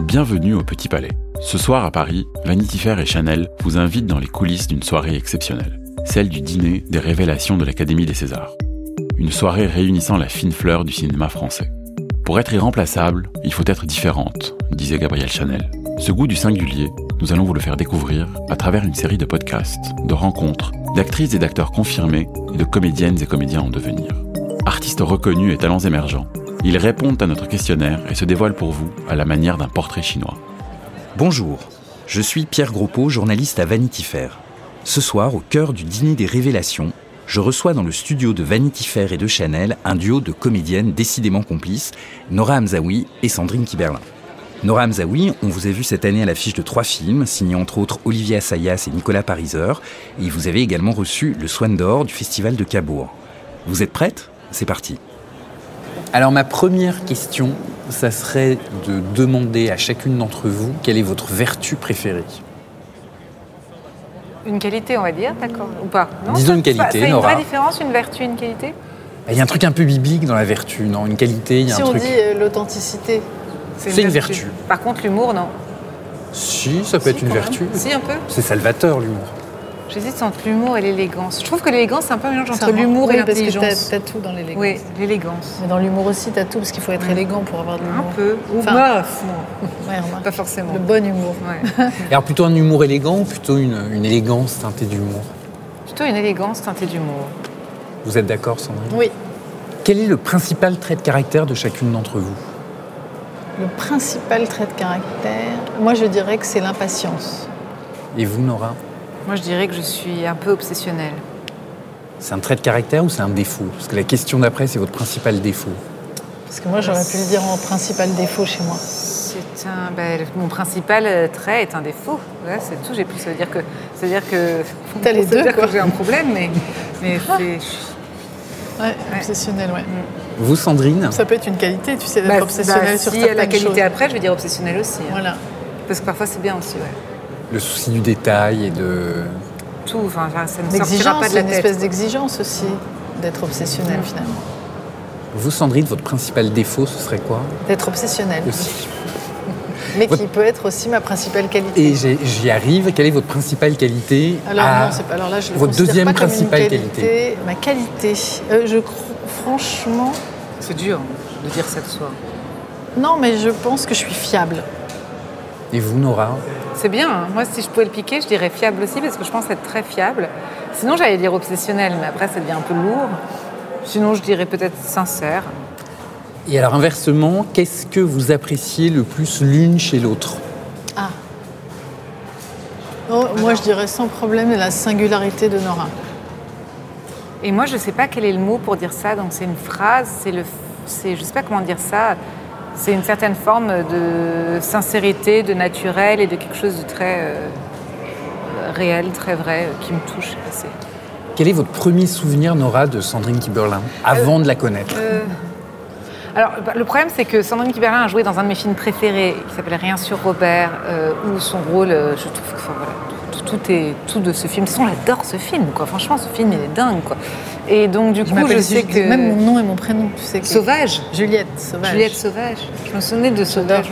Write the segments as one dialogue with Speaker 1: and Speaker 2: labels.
Speaker 1: Bienvenue au Petit Palais. Ce soir à Paris, Vanity Fair et Chanel vous invitent dans les coulisses d'une soirée exceptionnelle, celle du dîner des révélations de l'Académie des Césars. Une soirée réunissant la fine fleur du cinéma français. Pour être irremplaçable, il faut être différente, disait Gabrielle Chanel. Ce goût du singulier, nous allons vous le faire découvrir à travers une série de podcasts, de rencontres, d'actrices et d'acteurs confirmés et de comédiennes et comédiens en devenir. Artistes reconnus et talents émergents, ils répondent à notre questionnaire et se dévoilent pour vous à la manière d'un portrait chinois.
Speaker 2: Bonjour, je suis Pierre Groupeau, journaliste à Vanity Fair. Ce soir, au cœur du dîner des révélations, je reçois dans le studio de Vanity Fair et de Chanel un duo de comédiennes décidément complices, Nora Hamzaoui et Sandrine Kiberlin. Nora Hamzaoui, on vous a vu cette année à l'affiche de trois films, signés entre autres Olivier Assayas et Nicolas Pariseur, et vous avez également reçu le Swan d'Or du Festival de Cabourg. Vous êtes prête C'est parti.
Speaker 3: Alors ma première question, ça serait de demander à chacune d'entre vous quelle est votre vertu préférée.
Speaker 4: Une qualité, on va dire, d'accord Ou pas
Speaker 3: Disons
Speaker 4: ça-
Speaker 3: une qualité,
Speaker 4: ça- C'est une
Speaker 3: Nora.
Speaker 4: vraie différence, une vertu, une qualité
Speaker 3: Bah, Il y a un truc un peu biblique dans la vertu, non Une qualité, il y a
Speaker 5: Si
Speaker 3: un
Speaker 5: on
Speaker 3: truc.
Speaker 5: dit euh, l'authenticité,
Speaker 3: C'est une vertu.
Speaker 4: Par contre, l'humour, non.
Speaker 3: Si, ça peut être une vertu.
Speaker 4: Si, un peu.
Speaker 3: C'est salvateur l'humour.
Speaker 4: J'hésite entre l'humour et l'élégance. Je trouve que l'élégance, c'est un peu un mélange
Speaker 5: c'est
Speaker 4: entre
Speaker 5: un-
Speaker 4: l'humour
Speaker 5: oui,
Speaker 4: et
Speaker 5: parce que
Speaker 4: l'intelligence.
Speaker 5: t'as- t'as tout dans l'élégance.
Speaker 4: Oui, l'élégance.
Speaker 5: Mais dans l'humour aussi, t'as tout, parce qu'il faut être
Speaker 4: Ouais.
Speaker 5: élégant pour avoir de
Speaker 4: Un
Speaker 5: l'humour.
Speaker 4: peu. Ou
Speaker 5: Enfin,
Speaker 4: bof, non.
Speaker 5: Ouais, remarque.
Speaker 4: Pas forcément.
Speaker 5: Le bon humour.
Speaker 4: Ouais.
Speaker 3: Et Alors plutôt un humour élégant ou plutôt une, une élégance teintée d'humour
Speaker 4: Plutôt une élégance teintée d'humour.
Speaker 3: Vous êtes d'accord, Sandrine
Speaker 5: Oui,
Speaker 3: Quel est le principal trait de caractère de chacune d'entre vous
Speaker 5: le principal trait de caractère, moi je dirais que c'est l'impatience.
Speaker 3: Et vous, Nora
Speaker 4: Moi, je dirais que je suis un peu obsessionnelle.
Speaker 3: C'est un trait de caractère ou c'est un défaut Parce que la question d'après, c'est votre principal défaut.
Speaker 5: Parce que moi j'aurais pu le dire en principal défaut chez moi.
Speaker 4: C'est un. ben, le- mon principal euh, trait est un défaut. Ouais, c'est tout. J'ai plus. Ça veut dire que. Ça veut dire que.
Speaker 5: T'as les
Speaker 4: ça veut
Speaker 5: deux,
Speaker 4: dire que
Speaker 5: quoi.
Speaker 4: j'ai un problème, mais. Mais c'est.
Speaker 5: Ouais, obsessionnel, ouais.
Speaker 3: Vous, Sandrine
Speaker 5: Ça peut être une qualité, tu sais, d'être
Speaker 4: Bah,
Speaker 5: obsessionnel
Speaker 4: bah,
Speaker 5: sur
Speaker 4: si
Speaker 5: certaines
Speaker 4: la qualité
Speaker 5: choses.
Speaker 4: après, je vais dire obsessionnel aussi. hein.
Speaker 5: Voilà.
Speaker 4: Parce que parfois c'est bien aussi. ouais.
Speaker 3: Le souci du détail et de...
Speaker 4: Tout, enfin, ça ne sortira
Speaker 5: D'exigence,
Speaker 4: pas de
Speaker 5: c'est
Speaker 4: la
Speaker 5: une
Speaker 4: tête. Mm.
Speaker 5: espèce d'exigence aussi, d'être obsessionnel finalement.
Speaker 3: Vous, Sandrine, votre principal défaut, ce serait quoi
Speaker 5: D'être obsessionnel.
Speaker 3: Aussi.
Speaker 5: Mais qui peut être aussi ma principale qualité.
Speaker 3: Et j'ai- j'y arrive. Quelle est votre principale qualité
Speaker 5: Alors
Speaker 3: à-
Speaker 5: non, c'est pas. Alors là, je le
Speaker 3: Ah, votre
Speaker 5: considère
Speaker 3: deuxième
Speaker 5: pas comme
Speaker 3: principale
Speaker 5: une qualité. Ma qualité, Euh, je cro- franchement,
Speaker 4: C'est dur hein, de dire ça de soi.
Speaker 5: non, mais je pense que je suis fiable.
Speaker 3: Et vous, Nora
Speaker 4: C'est bien. hein. Moi, si je pouvais le piquer, je dirais fiable aussi parce que je pense être très fiable. Sinon, j'allais dire obsessionnel, mais après, ça devient un peu lourd. Sinon, je dirais peut-être sincère.
Speaker 3: Et alors, inversement, qu'est-ce que vous appréciez le plus l'une chez l'autre
Speaker 5: Ah. Oh, moi, je dirais sans problème la singularité de Nora.
Speaker 4: Et moi, je ne sais pas quel est le mot pour dire ça. Donc, c'est une phrase, c'est le, c'est, je ne sais pas comment dire ça. C'est une certaine forme de sincérité, de naturel et de quelque chose de très euh, réel, très vrai, euh, qui me touche assez.
Speaker 3: Quel est votre premier souvenir, Nora, de Sandrine Kiberlin,
Speaker 5: Euh,
Speaker 3: avant de la connaître
Speaker 4: Euh, Alors, bah, le problème, c'est que Sandrine Kiberlin a joué dans un de mes films préférés, qui s'appelle Rien sur Robert, euh, où son rôle, euh, je trouve que enfin, voilà, tout, tout est tout de ce film. De toute façon, j'adore ce film, quoi. Franchement, ce film, il est dingue, quoi. Et donc, du
Speaker 5: Je
Speaker 4: coup, je
Speaker 5: m'appelle
Speaker 4: sais
Speaker 5: Juliette.
Speaker 4: que
Speaker 5: Même mon nom et mon prénom, tu sais. que-
Speaker 4: Sauvage.
Speaker 5: Juliette Sauvage.
Speaker 4: Juliette Sauvage. Je me souvenais de Sauvage.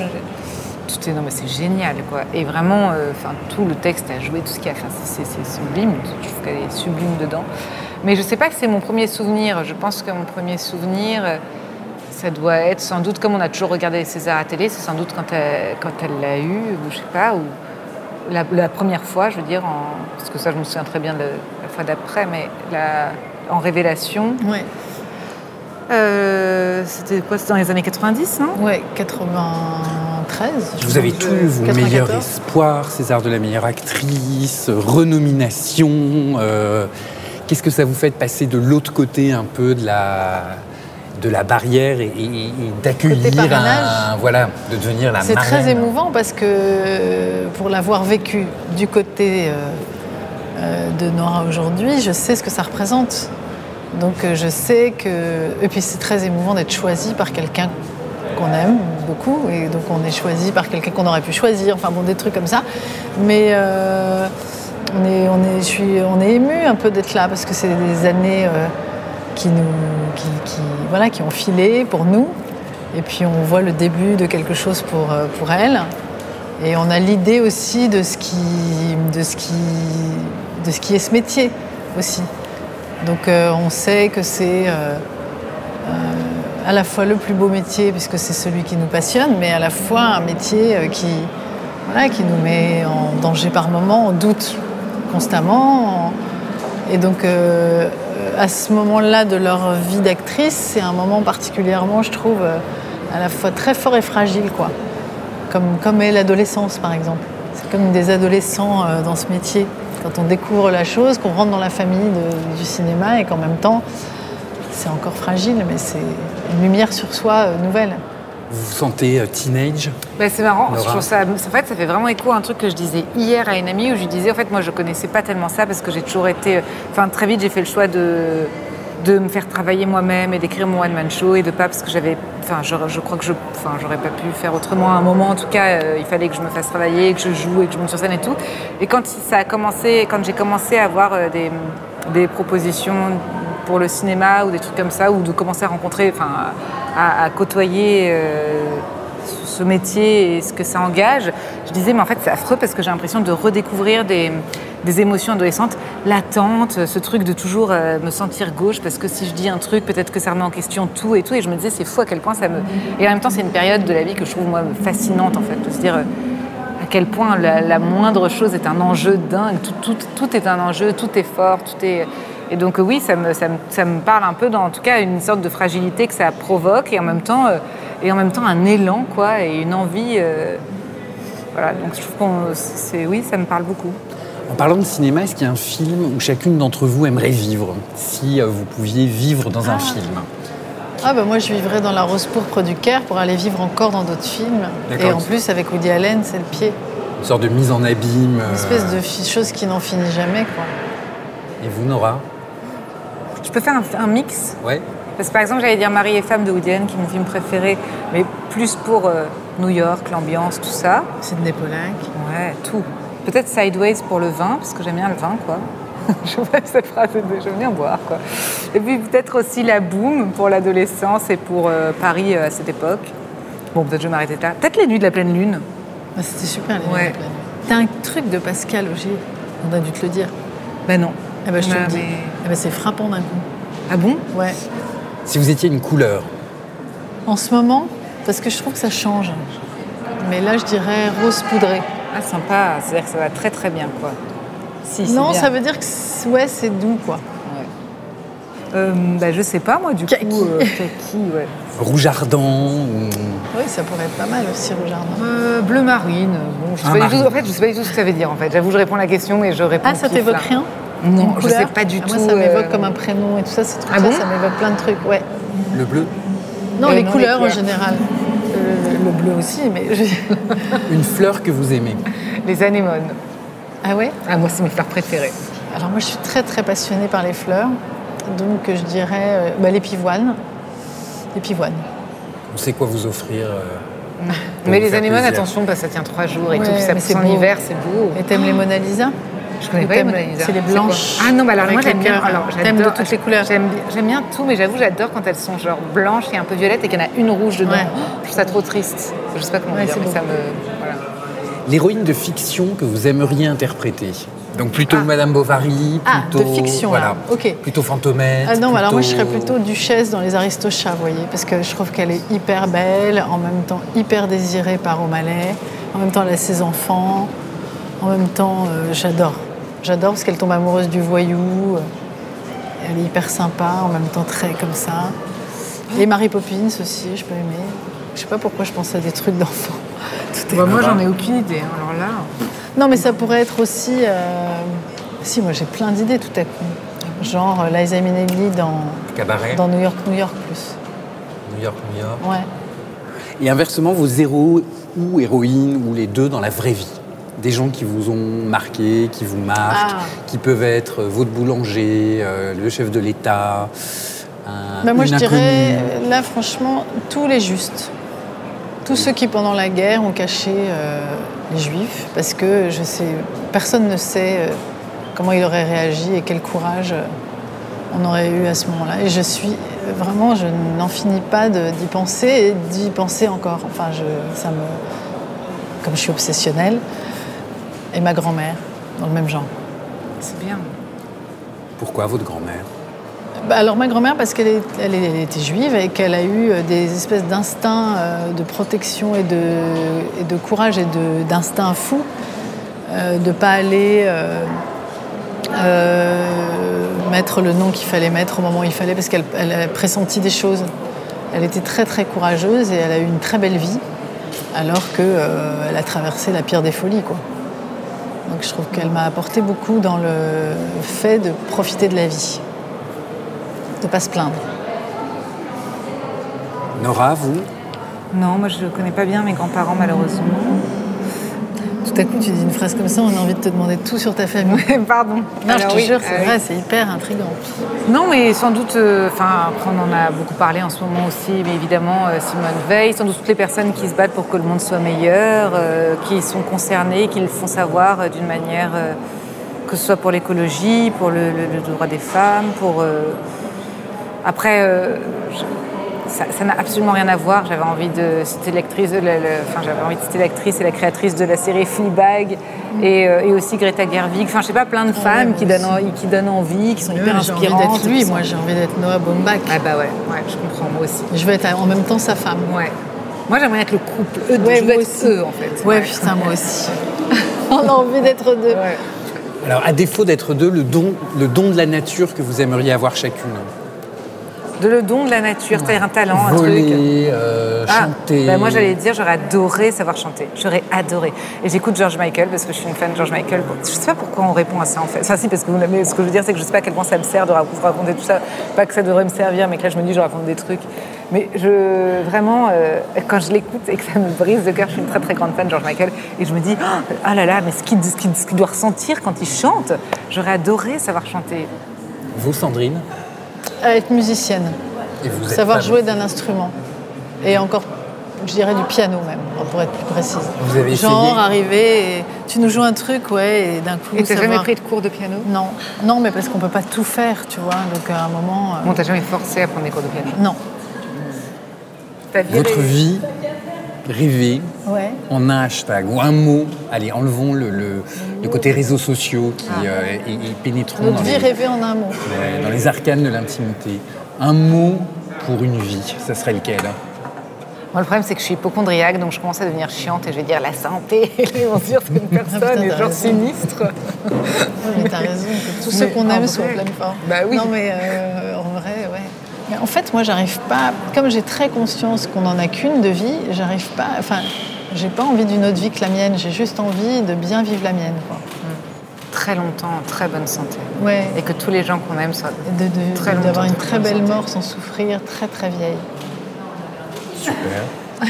Speaker 4: Tout est non mais c'est génial quoi. Et vraiment, euh, enfin tout le texte à jouer, tout ce qu'il y a, enfin, c'est c'est sublime. Je trouve qu'elle est sublime dedans. Mais je sais pas que c'est mon premier souvenir. Je pense que mon premier souvenir, euh, ça doit être sans doute comme on a toujours regardé les Césars à la télé, c'est sans doute quand elle quand elle l'a eu, ou je sais pas, ou la, la première fois, je veux dire, en- parce que ça je me souviens très bien de la fois d'après, mais la, en révélation.
Speaker 5: Ouais,
Speaker 4: Euh, c'était quoi C'était dans les années 90, non
Speaker 5: ouais, 93. je
Speaker 3: Vous avez
Speaker 5: pense.
Speaker 3: tous eu vos
Speaker 5: 94.
Speaker 3: meilleurs espoirs, César de la meilleure actrice, euh, renomination, euh, Qu'est-ce que ça vous fait de passer de l'autre côté un peu de la, de la barrière et, et- et d'accueillir
Speaker 5: parrainage.
Speaker 3: un, voilà, de devenir la
Speaker 5: C'est très
Speaker 3: marraine
Speaker 5: émouvant parce que euh, pour l'avoir vécu du côté euh, euh, de Nora aujourd'hui, je sais ce que ça représente. Donc euh, je sais que... Et puis c'est très émouvant d'être choisi par quelqu'un qu'on aime beaucoup et donc on est choisi par quelqu'un qu'on aurait pu choisir, enfin bon des trucs comme ça. Mais euh, on, est, on, est, je suis, on est ému un peu d'être là parce que c'est des années euh, qui, nous, qui, qui- voilà, qui ont filé pour nous. Et puis on voit le début de quelque chose pour, euh, pour elle. Et on a l'idée aussi de ce, qui, de, ce qui, de ce qui est ce métier aussi. Donc euh, on sait que c'est euh, euh, à la fois le plus beau métier puisque c'est celui qui nous passionne, mais à la fois un métier euh, qui, voilà, qui nous met en danger par moment, en doute constamment. en- Et donc euh, à ce moment-là de leur vie d'actrice, c'est un moment particulièrement, je trouve, euh, à la fois très fort et fragile, quoi. Comme, comme est l'adolescence, par exemple. C'est comme des adolescents euh, dans ce métier. Quand on découvre la chose, qu'on rentre dans la famille de- du cinéma et qu'en même temps, c'est encore fragile, mais c'est une lumière sur soi euh, nouvelle.
Speaker 3: Vous vous sentez euh, teenage
Speaker 4: Bah, c'est marrant,
Speaker 3: Laura.
Speaker 4: je trouve ça, en fait, ça fait vraiment écho à un truc que je disais hier à une amie où je lui disais, en fait, moi, je connaissais pas tellement ça parce que j'ai toujours été, enfin, très vite, j'ai fait le choix de, de me faire travailler moi-même et d'écrire mon one-man show et de pas parce que j'avais, enfin, je, je crois que je, enfin, j'aurais pas pu faire autrement à un moment, en tout cas, euh, il fallait que je me fasse travailler, que je joue et que je monte sur scène et tout. Et quand ça a commencé, quand j'ai commencé à avoir euh, des, des propositions pour le cinéma ou des trucs comme ça, ou de commencer à rencontrer, enfin, à, à côtoyer euh, ce ce métier et ce que ça engage, je disais, mais en fait, c'est affreux parce que j'ai l'impression de redécouvrir des, des émotions adolescentes, l'attente, ce truc de toujours euh, me sentir gauche parce que si je dis un truc, peut-être que ça remet en question tout et tout. Et je me disais, c'est fou à quel point ça me. Et en même temps, c'est une période de la vie que je trouve, moi, fascinante, en fait, de se dire. euh, à quel point la, la moindre chose est un enjeu dingue. Tout, tout- tout est un enjeu, tout est fort, tout est. Et donc euh, oui, ça me, ça me- ça me parle un peu, dans, en tout cas, une sorte de fragilité que ça provoque, et en même temps, euh, et en même temps un élan, quoi, et une envie. euh, voilà, donc je trouve qu'on, c'est oui, ça me parle beaucoup.
Speaker 3: En parlant de cinéma, est-ce qu'il y a un film où chacune d'entre vous aimerait vivre Si euh, vous pouviez vivre dans un film
Speaker 5: Ah bah moi je vivrais dans la rose pourpre du Caire pour aller vivre encore dans d'autres films.
Speaker 3: D'accord.
Speaker 5: Et en plus avec Woody Allen, c'est le pied.
Speaker 3: Une sorte de mise en abîme. euh,
Speaker 5: Une espèce de fi- chose qui n'en finit jamais quoi.
Speaker 3: Et vous, Nora
Speaker 4: Je peux faire un, un mix
Speaker 3: Ouais
Speaker 4: Parce que par exemple, j'allais dire Marie et Femme de Woody Allen, qui est mon film préféré, mais plus pour euh, New York, l'ambiance, tout ça.
Speaker 5: Sidney Pollack.
Speaker 4: Ouais, tout. Peut-être sideways pour le vin, parce que j'aime bien le vin, quoi. je vois cette phrase de je veux bien boire, quoi. Et puis peut-être aussi la boom pour l'adolescence et pour euh, Paris euh, à cette époque. Bon, peut-être je vais m'arrêter là. Peut-être les nuits de la pleine lune.
Speaker 5: Bah, C'était super les
Speaker 4: Ouais.
Speaker 5: Nuits de Pleine Lune. T'as un truc de Pascal Augier, on a dû te le dire.
Speaker 4: Ben non.
Speaker 5: Ah bah je te
Speaker 4: Ouais,
Speaker 5: le dis.
Speaker 4: mais-
Speaker 5: Ah bah, c'est frappant d'un coup.
Speaker 4: Ah bon
Speaker 5: Ouais.
Speaker 3: Si vous étiez une couleur,
Speaker 5: En ce moment, parce que je trouve que ça change. Mais là je dirais rose poudrée.
Speaker 4: Ah sympa, c'est-à-dire que ça va très très bien, quoi. Si, c'est
Speaker 5: Non,
Speaker 4: bien.
Speaker 5: ça veut dire que c'est- ouais, c'est doux quoi.
Speaker 4: Euh, bah, je sais pas, moi, du
Speaker 5: Kaki.
Speaker 4: coup. euh, Kaki, ouais.
Speaker 3: rouge ardent ou...
Speaker 5: Oui, ça pourrait être pas mal aussi au jardin.
Speaker 4: Euh, bleu Ah, marine. Bon, je sais
Speaker 3: Un
Speaker 4: pas du tout.
Speaker 3: marine.
Speaker 4: En fait, je sais pas du tout ce que ça veut dire. En fait, j'avoue, je réponds à la question et je réponds.
Speaker 5: Ah, ça
Speaker 4: au pif,
Speaker 5: t'évoque
Speaker 4: là.
Speaker 5: rien
Speaker 4: Non,
Speaker 5: Une
Speaker 4: je sais
Speaker 5: couleur
Speaker 4: pas du
Speaker 5: Ah,
Speaker 4: tout.
Speaker 5: Moi, ça m'évoque
Speaker 4: euh,
Speaker 5: comme un prénom et tout ça, c'est trucs
Speaker 4: Ah bon
Speaker 5: ça, ça m'évoque plein de trucs, ouais.
Speaker 3: Le bleu
Speaker 5: Non,
Speaker 4: Euh,
Speaker 5: les
Speaker 4: non,
Speaker 5: couleurs
Speaker 4: les
Speaker 5: en
Speaker 4: couleurs. Euh,
Speaker 5: général. Le, le bleu aussi, mais. je-
Speaker 3: Une fleur que vous aimez
Speaker 4: Les anémones.
Speaker 5: Ah ouais
Speaker 4: Ah, moi, c'est mes fleurs préférées.
Speaker 5: Alors, moi, je suis très, très passionnée par les fleurs. Donc, je dirais euh, bah, les pivoines. Les pivoines.
Speaker 3: On sait quoi vous offrir euh, pour
Speaker 4: mais
Speaker 3: vous
Speaker 4: les
Speaker 3: faire
Speaker 4: anémones,
Speaker 3: plaisir.
Speaker 4: attention, parce que ça tient trois jours et
Speaker 5: Ouais,
Speaker 4: tout, puis ça
Speaker 5: mais
Speaker 4: pousse
Speaker 5: c'est
Speaker 4: en
Speaker 5: beau.
Speaker 4: hiver, c'est beau.
Speaker 5: Et t'aimes les Mona Lisa
Speaker 4: Je connais
Speaker 5: Et
Speaker 4: pas
Speaker 5: t'aimes-
Speaker 4: Mona Lisa.
Speaker 5: c'est les
Speaker 4: quoi
Speaker 5: blanches
Speaker 4: Ah non, bah alors
Speaker 5: avec
Speaker 4: moi,
Speaker 5: les
Speaker 4: j'aime bien.
Speaker 5: cœurs.
Speaker 4: Alors,
Speaker 5: T'aimes de
Speaker 4: j'adore-
Speaker 5: toutes les couleurs.
Speaker 4: J'aime bien, j'aime bien tout, mais j'avoue, j'adore quand elles sont genre blanches et un peu violettes et qu'il y en a une rouge dedans.
Speaker 5: Ouais.
Speaker 4: Oh, je trouve ça trop triste. Je sais pas comment
Speaker 5: Ouais,
Speaker 4: dire,
Speaker 5: c'est
Speaker 4: mais
Speaker 5: beau.
Speaker 4: ça me. Voilà.
Speaker 3: L'héroïne de fiction que vous aimeriez interpréter Donc plutôt Madame Bovary,
Speaker 5: Ah, de
Speaker 3: plutôt...
Speaker 5: fiction,
Speaker 3: Voilà.
Speaker 5: là. Ok.
Speaker 3: Plutôt Fantomette,
Speaker 5: Ah non, mais alors moi je serais
Speaker 3: plutôt-
Speaker 5: plutôt duchesse dans les Aristochats, vous voyez, parce que je trouve qu'elle est hyper belle, en même temps hyper désirée par O'Malley, en même temps elle a ses enfants, en même temps euh, j'adore. J'adore parce qu'elle tombe amoureuse du voyou, euh, elle est hyper sympa, en même temps très comme ça. Et Mary Poppins aussi, je peux aimer. Je sais pas pourquoi je pense à des trucs d'enfants. Tout est-
Speaker 4: Bah, moi, j'en ai aucune idée. hein. Alors là.
Speaker 5: Non, mais ça pourrait être aussi. euh, Si, moi j'ai plein d'idées tout à coup. genre euh, Liza Minnelli dans,
Speaker 3: Cabaret.
Speaker 5: dans New York, New York plus.
Speaker 3: New York, New York.
Speaker 5: Ouais.
Speaker 3: Et inversement, vos héros ou héroïnes, ou les deux dans la vraie vie. Des gens qui vous ont marqué, qui vous marquent,
Speaker 5: Ah.
Speaker 3: qui peuvent être euh, votre boulanger, euh, le chef de l'État. un-
Speaker 5: Bah, moi,
Speaker 3: une
Speaker 5: je dirais,
Speaker 3: inconnue.
Speaker 5: là, franchement, tous les justes. Tous ceux qui, pendant la guerre, ont caché euh, les juifs, parce que je sais, personne ne sait euh, comment il aurait réagi et quel courage euh, on aurait eu à ce moment-là. Et je suis euh, vraiment, je n'en finis pas de- d'y penser et d'y penser encore. Enfin, je, ça me, comme je suis obsessionnelle, et ma grand-mère, dans le même genre.
Speaker 4: C'est bien.
Speaker 3: Pourquoi votre grand-mère
Speaker 5: Bah, alors ma grand-mère, parce qu'elle est- elle est- elle était juive et qu'elle a eu euh, des espèces d'instincts euh, de protection et de, et de courage et de- d'instinct fou, euh, de pas aller euh, euh, mettre le nom qu'il fallait mettre au moment où il fallait, parce qu'elle elle a pressenti des choses. Elle était très très courageuse et elle a eu une très belle vie, alors qu'elle a traversé la pire des folies. Quoi. Donc je trouve qu'elle m'a apporté beaucoup dans le fait de profiter de la vie de pas se plaindre.
Speaker 3: Nora, vous
Speaker 4: Non, moi je connais pas bien mes grands-parents malheureusement.
Speaker 5: Tout à coup, tu dis une phrase comme ça, on a envie de te demander tout sur ta famille.
Speaker 4: Pardon.
Speaker 5: Non, je
Speaker 4: Alors
Speaker 5: te
Speaker 4: oui,
Speaker 5: jure, c'est
Speaker 4: euh, oui.
Speaker 5: vrai, c'est hyper intrigant.
Speaker 4: Non, mais sans doute, euh, enfin, après, on en a beaucoup parlé en ce moment aussi, mais évidemment, euh, Simone Veil, sans doute toutes les personnes qui se battent pour que le monde soit meilleur, euh, qui sont concernées, qui le font savoir euh, d'une manière, euh, que ce soit pour l'écologie, pour le, le- le droit des femmes, pour. euh, Après, euh, je- ça ça n'a absolument rien à voir. J'avais envie de citer l'actrice, de la- la- enfin, j'avais envie de citer l'actrice et la créatrice de la série Fleabag et, euh, et aussi Greta Gerwig. Enfin, je sais pas, plein de femmes
Speaker 5: moi
Speaker 4: qui donnent, en- qui donnent envie, qui sont hyper
Speaker 5: J'ai envie d'être
Speaker 4: inspirantes.
Speaker 5: lui, moi j'ai envie d'être Noah Baumbach.
Speaker 4: Ah bah ouais, ouais, je comprends, moi aussi.
Speaker 5: Je veux être en même temps sa femme.
Speaker 4: Ouais. Moi, j'aimerais être le couple. Eux,
Speaker 5: Ouais,
Speaker 4: je veux
Speaker 5: moi
Speaker 4: être
Speaker 5: aussi.
Speaker 4: eux, en fait.
Speaker 5: Ouais, putain, moi aussi. on a envie d'être deux.
Speaker 4: Ouais.
Speaker 3: Alors, à défaut d'être deux, le don, le don de la nature que vous aimeriez avoir chacune
Speaker 4: De le don de la nature, c'est-à-dire un talent, un truc.
Speaker 3: Voler, euh,
Speaker 4: Ah,
Speaker 3: chanter.
Speaker 4: bah moi j'allais dire j'aurais adoré savoir chanter. J'aurais adoré. Et j'écoute George Michael parce que je suis une fan de George Michael. Bon, Je sais pas pourquoi on répond à ça en fait. Enfin si parce que vous l'aimez. ce que je veux dire c'est que je sais pas à quel point ça me sert de rac- vous raconter tout ça. Pas que ça devrait me servir mais que là je me dis je raconte des trucs. Mais je vraiment euh, quand je l'écoute et que ça me brise le cœur, je suis une très très grande fan de George Michael et je me dis oh, ah là là mais ce qu'il ce qu'il- ce qu'il doit ressentir quand il chante, j'aurais adoré savoir chanter.
Speaker 3: Vous, Sandrine
Speaker 5: À être musicienne,
Speaker 3: et vous êtes
Speaker 5: savoir
Speaker 3: femme.
Speaker 5: jouer d'un instrument. Et encore, je dirais du piano même, pour être plus précise.
Speaker 3: Vous avez
Speaker 5: Genre,
Speaker 3: essayé
Speaker 5: arriver et tu nous joues un truc, ouais, et d'un coup.
Speaker 4: Et t'as
Speaker 5: savoir-
Speaker 4: jamais pris de cours de piano
Speaker 5: Non, non, mais parce qu'on peut pas tout faire, tu vois. Donc à un moment, euh,
Speaker 4: Bon t'as jamais forcé à prendre des cours de piano.
Speaker 5: non.
Speaker 4: T'as viré-
Speaker 3: Votre vie rêvée
Speaker 5: Ouais.
Speaker 3: en un hashtag ou un mot. Allez, enlevons le, le- le côté réseaux sociaux qui
Speaker 4: Ah.
Speaker 3: euh, et- et pénétrons dans
Speaker 5: Notre vie
Speaker 3: les,
Speaker 5: rêvée en un mot.
Speaker 3: ouais, dans les arcanes de l'intimité. Un mot pour une vie, ça serait lequel hein
Speaker 4: Moi, le problème, c'est que je suis hypochondriaque, donc je commence à devenir chiante et je vais dire la santé. Et les vont se dire c'est une personne,
Speaker 5: t'as
Speaker 4: et genre
Speaker 5: raison.
Speaker 4: sinistre.
Speaker 5: Oui, mais t'as raison, que tous ceux
Speaker 4: Mais
Speaker 5: qu'on
Speaker 4: en
Speaker 5: aime
Speaker 4: vrai-
Speaker 5: sont en pleine forme.
Speaker 4: Bah oui.
Speaker 5: Non, mais euh, en vrai, ouais. Mais en fait, moi, j'arrive pas. Comme j'ai très conscience qu'on en a qu'une de vie, j'arrive pas. Enfin, j'ai pas envie d'une autre vie que la mienne. J'ai juste envie de bien vivre la mienne, quoi.
Speaker 4: Très longtemps, en très bonne santé.
Speaker 5: Ouais.
Speaker 4: Et que tous les gens qu'on aime soient.
Speaker 5: Et de- de-
Speaker 4: Très longtemps,
Speaker 5: D'avoir une
Speaker 4: très
Speaker 5: très
Speaker 4: bonne
Speaker 5: belle
Speaker 4: santé.
Speaker 5: mort sans souffrir, très très vieille.
Speaker 3: Super.
Speaker 4: Moi,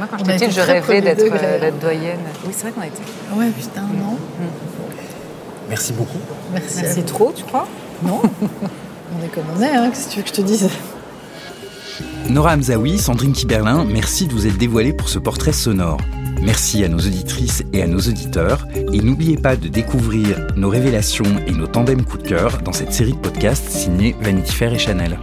Speaker 4: quand
Speaker 5: On a
Speaker 4: j'étais petite,
Speaker 5: été
Speaker 4: je
Speaker 5: très
Speaker 4: rêvais
Speaker 5: premier
Speaker 4: d'être
Speaker 5: degré.
Speaker 4: euh, la doyenne. Oui, c'est vrai qu'on était.
Speaker 5: Ouais, putain, non.
Speaker 3: Merci beaucoup.
Speaker 5: Merci. à
Speaker 4: Merci
Speaker 5: vous.
Speaker 4: trop, tu crois
Speaker 5: Non. on est comme on est, hein. Qu'est-ce que tu veux que je te dise
Speaker 2: Nora Hamzaoui, Sandrine Kiberlin, merci de vous être dévoilés pour ce portrait sonore. Merci à nos auditrices et à nos auditeurs. Et n'oubliez pas de découvrir nos révélations et nos tandems coup de cœur dans cette série de podcasts signée Vanity Fair et Chanel.